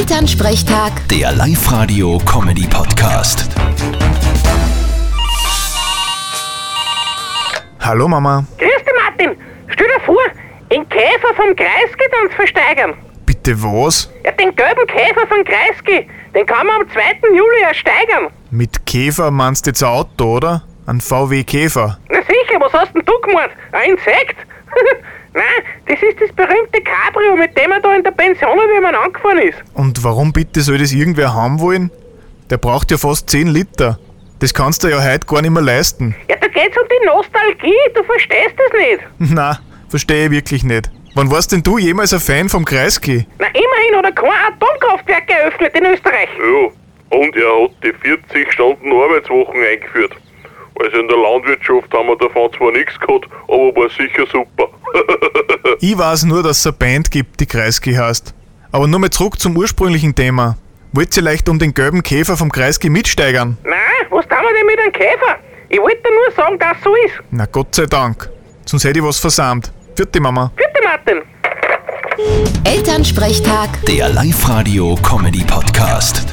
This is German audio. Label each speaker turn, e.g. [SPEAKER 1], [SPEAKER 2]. [SPEAKER 1] Elternsprechtag,
[SPEAKER 2] Der Live-Radio-Comedy-Podcast.
[SPEAKER 3] Hallo Mama,
[SPEAKER 4] Grüß dich, Martin. Stell dir vor, den Käfer vom Kreisky dann zu versteigern.
[SPEAKER 3] bitte was?
[SPEAKER 4] Ja, den gelben Käfer von Kreisky, den kann man am 2. Juli ersteigern.
[SPEAKER 3] Mit Käfer meinst du jetzt ein Auto, oder? Ein VW Käfer.
[SPEAKER 4] Na sicher, was hast denn du gemacht? Ein Insekt? Nein, das ist das berühmte Cabrio, mit dem er da in der Pension jemand angefahren ist.
[SPEAKER 3] Und warum bitte soll das irgendwer haben wollen? Der braucht ja fast 10 Liter. Das kannst du ja heute gar nicht mehr leisten.
[SPEAKER 4] Ja, da geht's um die Nostalgie, du verstehst das nicht.
[SPEAKER 3] Na, verstehe ich wirklich nicht. Wann warst denn du jemals ein Fan vom Kreisky?
[SPEAKER 4] Na, immerhin hat er kein Atomkraftwerk eröffnet in Österreich.
[SPEAKER 5] Ja, und er hat die 40 Stunden Arbeitswochen eingeführt. Also in der Landwirtschaft haben wir davon zwar nichts gehabt, aber war sicher super.
[SPEAKER 3] Ich weiß nur, dass es eine Band gibt, die Kreisky heißt. Aber nur mal zurück zum ursprünglichen Thema. Wollt ihr leicht um den gelben Käfer vom Kreisky mitsteigern?
[SPEAKER 4] Nein, was tun wir denn mit einem Käfer? Ich wollte dir nur sagen, dass so ist.
[SPEAKER 3] Na Gott sei Dank. Sonst hätte ich was versammelt. Vierte Mama.
[SPEAKER 4] Bitte, Martin.
[SPEAKER 1] Elternsprechtag.
[SPEAKER 2] Der Live-Radio-Comedy-Podcast.